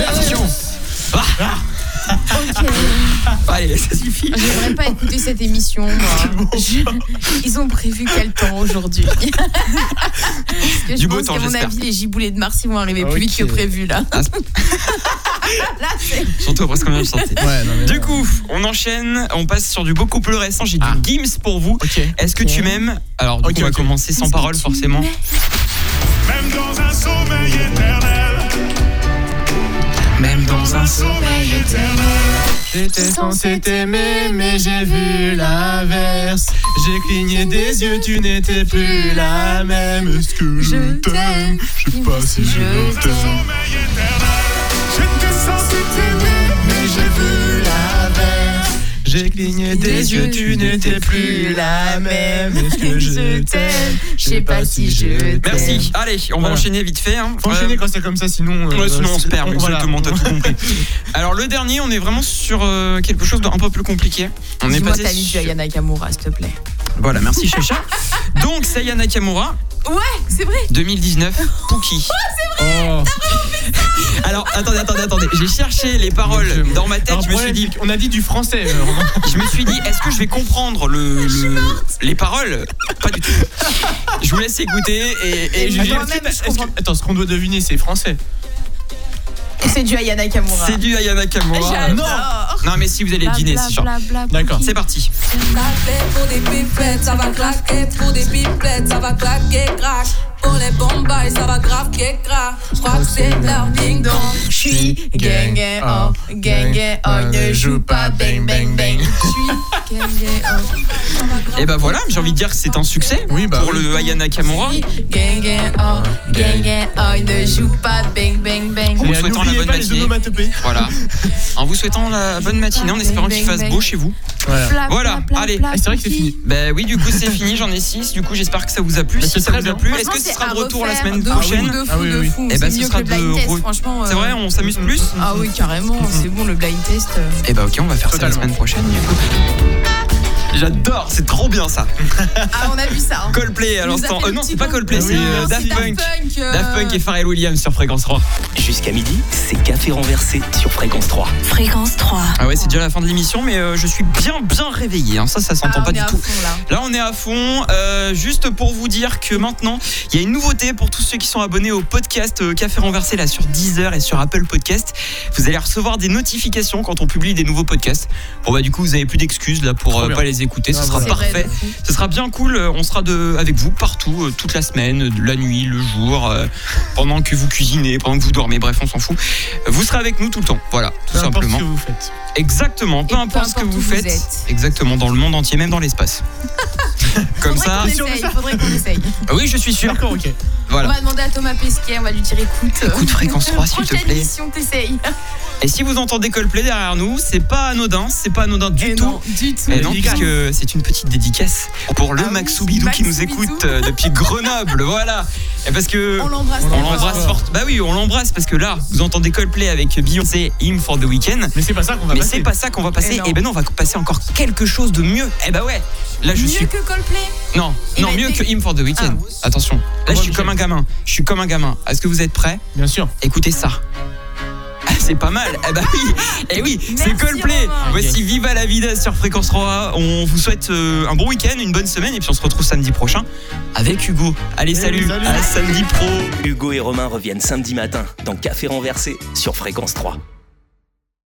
C: Attention
B: Ok.
C: Allez, ça suffit
B: J'aimerais pas écouter cette émission. moi. Je- Ils ont prévu quel temps aujourd'hui. Parce que
C: Du
B: je
C: beau
B: pense
C: temps,
B: qu'à mon
C: j'espère.
B: avis, les giboulets de Mars ils vont arriver plus vite que
D: Ok.
B: prévu là.
C: Ah,
B: Là, c'est
C: Surtout après ce qu'on vient de chanter.
D: Ouais, non mais.
C: Du coup, on enchaîne, on passe sur du beaucoup plus récent. J'ai
D: Ah.
C: du Gims pour vous.
D: Ok.
C: Est-ce que
B: Ok.
C: tu m'aimes Alors, du
D: Ok,
C: coup, on va
D: ok.
C: commencer sans parole, forcément.
H: Même dans un sommeil éternel,
C: Même dans un
H: sommeil éternel.
D: J'étais censé t'aimer, mais j'ai vu l'inverse. J'ai cligné des yeux, tu n'étais plus la même. Est-ce que
B: Je
D: je t'aime
B: t'aime.
D: Je sais pas si
B: Je
D: je t'aime.
H: Sommeil éternel, j'étais censé t'aimer,
D: Mais j'ai vu l'inverse. J'ai cligné des yeux, tu n'étais plus la même. Est-ce que je t'aime
B: Je sais pas si je t'aime.
C: Merci. Allez, on va
D: Voilà.
C: enchaîner vite fait. hein.
D: Faut enchaîner quand c'est comme ça, sinon.
C: Ouais,
D: euh,
C: sinon on se perd, mais
D: voilà. Oh.
C: exactement, t'as tout compris. Alors le dernier, on est vraiment sur euh, quelque chose d'un peu plus compliqué. On est
B: Dis-moi
C: passé
B: ta liste
C: sur...
B: de Ayana Kamura, s'il te plaît.
C: Voilà, merci Chacha. Donc Saya Nakamura,
B: Ouais, c'est vrai.
C: 2019, Pookie.
D: Oh.
C: Alors attendez, attendez, attendez. J'ai cherché les paroles dans ma tête,
D: Alors,
C: je me suis
D: problème,
C: dit,
D: c'est qu'on a dit du français. euh, Romain.
C: je me suis dit, est-ce que je vais comprendre le, le- les paroles Pas du tout. Je vous laisse écouter et, et
B: Mais
C: juger.
B: moi-même,
D: Est-ce que t'as-
B: je
D: est-ce que-
B: comprends.
D: Attends, ce qu'on doit deviner, c'est français.
B: C'est du Ayana Kamura.
C: C'est du Aya Nakamura.
B: J'adore.
C: Non, mais si vous allez le dîner, c'est sûr.
D: D'accord.
C: C'est parti.
I: Claquer pour des pipettes, ça va claquer pour des pipettes, ça va claquer crack. Pour les bombes, ça va grave que crack. Je crois que c'est leur ding dong.
B: Je suis gang gang oh, gang gang oh, ne joue pas bang bang bang. Je suis gang gang oh.
C: Et bah voilà, j'ai envie de dire que c'est un succès
D: Oui, bah
C: pour
D: oui.
C: le Aya Nakamura.
B: Gang gang oh, gang gang oh, ne joue pas bang bang bang.
C: vous
D: Et euh,
C: souhaitant
D: n'oubliez
C: la bonne
D: pas les
C: matinée.
D: onomatopées.
C: Voilà. En vous souhaitant la bonne matinée, en espérant qu'il fasse beau chez vous.
D: Voilà.
B: Flap,
C: Voilà,
B: flap, flap,
C: allez.
B: flap,
D: Ah, c'est vrai que c'est fini.
C: Ben oui, du coup, c'est fini, j'en ai 6. Du coup, j'espère que ça vous a plu.
D: Bah,
C: Si
D: c'est
C: ça
D: très
C: vous a
D: bien.
C: plu, est-ce
B: Franchement,
C: que ce
B: c'est
C: sera
B: à
C: de retour la
B: refaire
C: semaine
B: de fou,
C: prochaine
B: De fou,
D: Ah oui,
B: de
D: oui.
B: fou.
C: Eh ben,
B: C'est
C: ce
B: mieux
C: sera
B: que le blind
C: de
B: test,
C: re-
B: franchement.
C: C'est
B: euh,
C: vrai, on s'amuse plus
B: Ah oui, carrément, c'est bon le blind test. euh.
C: Eh ben ok, on va faire ça la
D: Totalement.
C: semaine prochaine. du coup. J'adore, c'est trop bien ça.
B: Ah, on a vu ça. hein.
C: Coldplay
B: Il
C: à
B: nous a
C: l'instant.
B: fait
C: Euh,
B: le
C: non,
B: petit Bah bon-
C: c'est pas Coldplay,
B: Non,
C: c'est euh, Daft Punk.
B: euh.
C: Daft Punk et Pharrell Williams sur Fréquence 3.
A: Jusqu'à midi, c'est Café renversé sur Fréquence 3.
J: Fréquence 3.
C: Ah ouais, c'est déjà la fin de l'émission, mais euh, je suis bien, bien réveillé. hein. Ça,
B: Ah,
C: ça s'entend
B: on
C: pas
B: est
C: du
B: à
C: tout.
B: fond, là.
C: Là, on est à fond. Euh, juste pour vous dire que maintenant, il y a une nouveauté pour tous ceux qui sont abonnés au podcast euh, Café Renversé là sur Deezer et sur Apple Podcast. Vous allez recevoir des notifications quand on publie des nouveaux podcasts. Bon bah du coup, vous avez plus d'excuses là pour
D: Trop
C: euh,
D: bien.
C: pas les écouter. Ce
D: Ah,
C: sera
B: C'est vrai,
C: parfait.
B: de fou.
C: Ce sera bien cool. Euh, On sera de, avec vous partout, euh, toute la semaine, euh, de la nuit, le jour, euh, pendant que vous cuisinez, pendant que vous dormez. Bref, on s'en fout. Euh, Vous serez avec nous tout le temps. Voilà, tout
D: Peu importe ce
C: simplement.
D: que vous faites.
C: Exactement. Peu
B: peu
C: importe ce que
B: importe
C: vous
B: où vous
C: faites.
B: êtes.
C: Exactement, dans le monde entier, même dans l'espace. Comme
B: Faudrait
C: ça.
B: qu'on essaye, faudrait qu'on essaye.
C: Oui, je suis sûr.
D: D'accord, ok.
B: On
C: Voilà.
B: va demander à Thomas Pesquet, on va lui dire écoute. euh,
C: Écoute fréquence 3, s'il te
B: prochaine
C: plaît. Euh,
B: émission, t'essayes.
C: Et si vous entendez Coldplay derrière nous, c'est pas anodin, c'est pas anodin du
B: Eh
C: tout.
B: non, du tout.
C: Et non,
D: Dédicace.
C: puisque c'est une petite dédicace pour le
B: Ah oui,
C: Maxou Bidou qui nous
B: Maxou
C: écoute
B: Bidou.
C: euh, depuis Grenoble, voilà. Et parce que
B: On l'embrasse.
C: on
B: Thomas.
C: l'embrasse fort. Bah oui, on l'embrasse parce que là, vous entendez Coldplay avec Beyoncé, Him for the Weekend.
D: Mais c'est pas ça qu'on va
C: Mais
D: passer.
C: c'est pas ça qu'on va passer.
B: Eh non.
C: Et ben non, on va passer encore quelque chose de mieux. Eh bah ouais. Là, je
B: Mieux
C: suis
B: que Coldplay
C: non,
B: Il Ah,
C: non
B: a
C: mieux
B: été-
C: que Him for the Weekend. Attention. Là, je suis
D: Michel.
C: comme un gamin. Je suis comme un gamin. Est-ce que vous êtes prêts
D: Bien sûr.
C: Écoutez ça. Ah, C'est pas mal. Eh bah oui, eh oui, c'est
B: Merci,
C: Coldplay.
B: Romain.
C: Voici Viva la Vida sur Fréquence 3. On vous souhaite euh, un bon week-end, une bonne semaine, et puis on se retrouve samedi prochain avec Hugo. Allez,
D: Eh oui,
C: salut,
D: salut.
C: à samedi pro.
A: Hugo et Romain reviennent samedi matin dans Café renversé sur Fréquence 3.